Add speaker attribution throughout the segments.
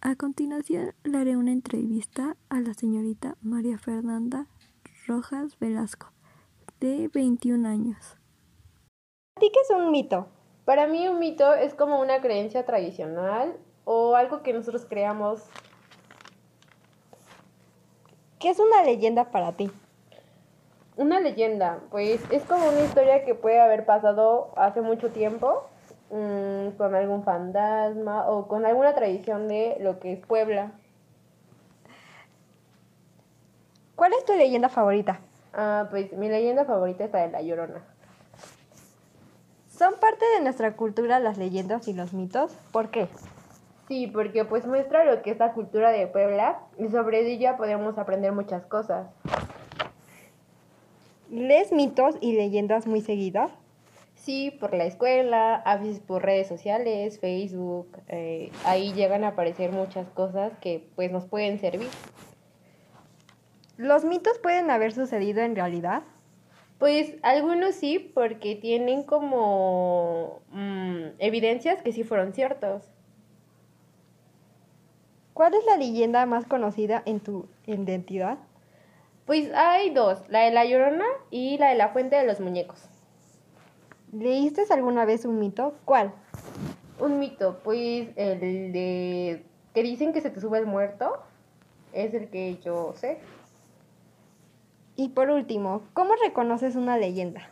Speaker 1: A continuación le haré una entrevista a la señorita María Fernanda Rojas Velasco, de 21 años.
Speaker 2: ¿A ti qué es un mito?
Speaker 3: Para mí un mito es como una creencia tradicional o algo que nosotros creamos.
Speaker 2: ¿Qué es una leyenda para ti?
Speaker 3: Una leyenda, pues es como una historia que puede haber pasado hace mucho tiempo mmm, con algún fantasma o con alguna tradición de lo que es Puebla.
Speaker 2: ¿Cuál es tu leyenda favorita?
Speaker 3: Ah, pues mi leyenda favorita es la de La Llorona.
Speaker 2: Son parte de nuestra cultura las leyendas y los mitos. ¿Por qué?
Speaker 3: Sí, porque pues muestra lo que es la cultura de Puebla y sobre ella podemos aprender muchas cosas.
Speaker 2: ¿Lees mitos y leyendas muy seguidas?
Speaker 3: Sí, por la escuela, a veces por redes sociales, Facebook, eh, ahí llegan a aparecer muchas cosas que pues nos pueden servir.
Speaker 2: ¿Los mitos pueden haber sucedido en realidad?
Speaker 3: Pues algunos sí, porque tienen como mmm, evidencias que sí fueron ciertos.
Speaker 2: ¿Cuál es la leyenda más conocida en tu identidad?
Speaker 3: Pues hay dos, la de la Llorona y la de la Fuente de los Muñecos.
Speaker 2: ¿Leíste alguna vez un mito? ¿Cuál?
Speaker 3: Un mito, pues el de que dicen que se te sube el muerto, es el que yo sé.
Speaker 2: Y por último, ¿cómo reconoces una leyenda?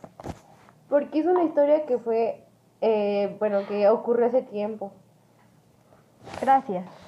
Speaker 3: Porque es una historia que fue, eh, bueno, que ocurrió hace tiempo.
Speaker 2: Gracias.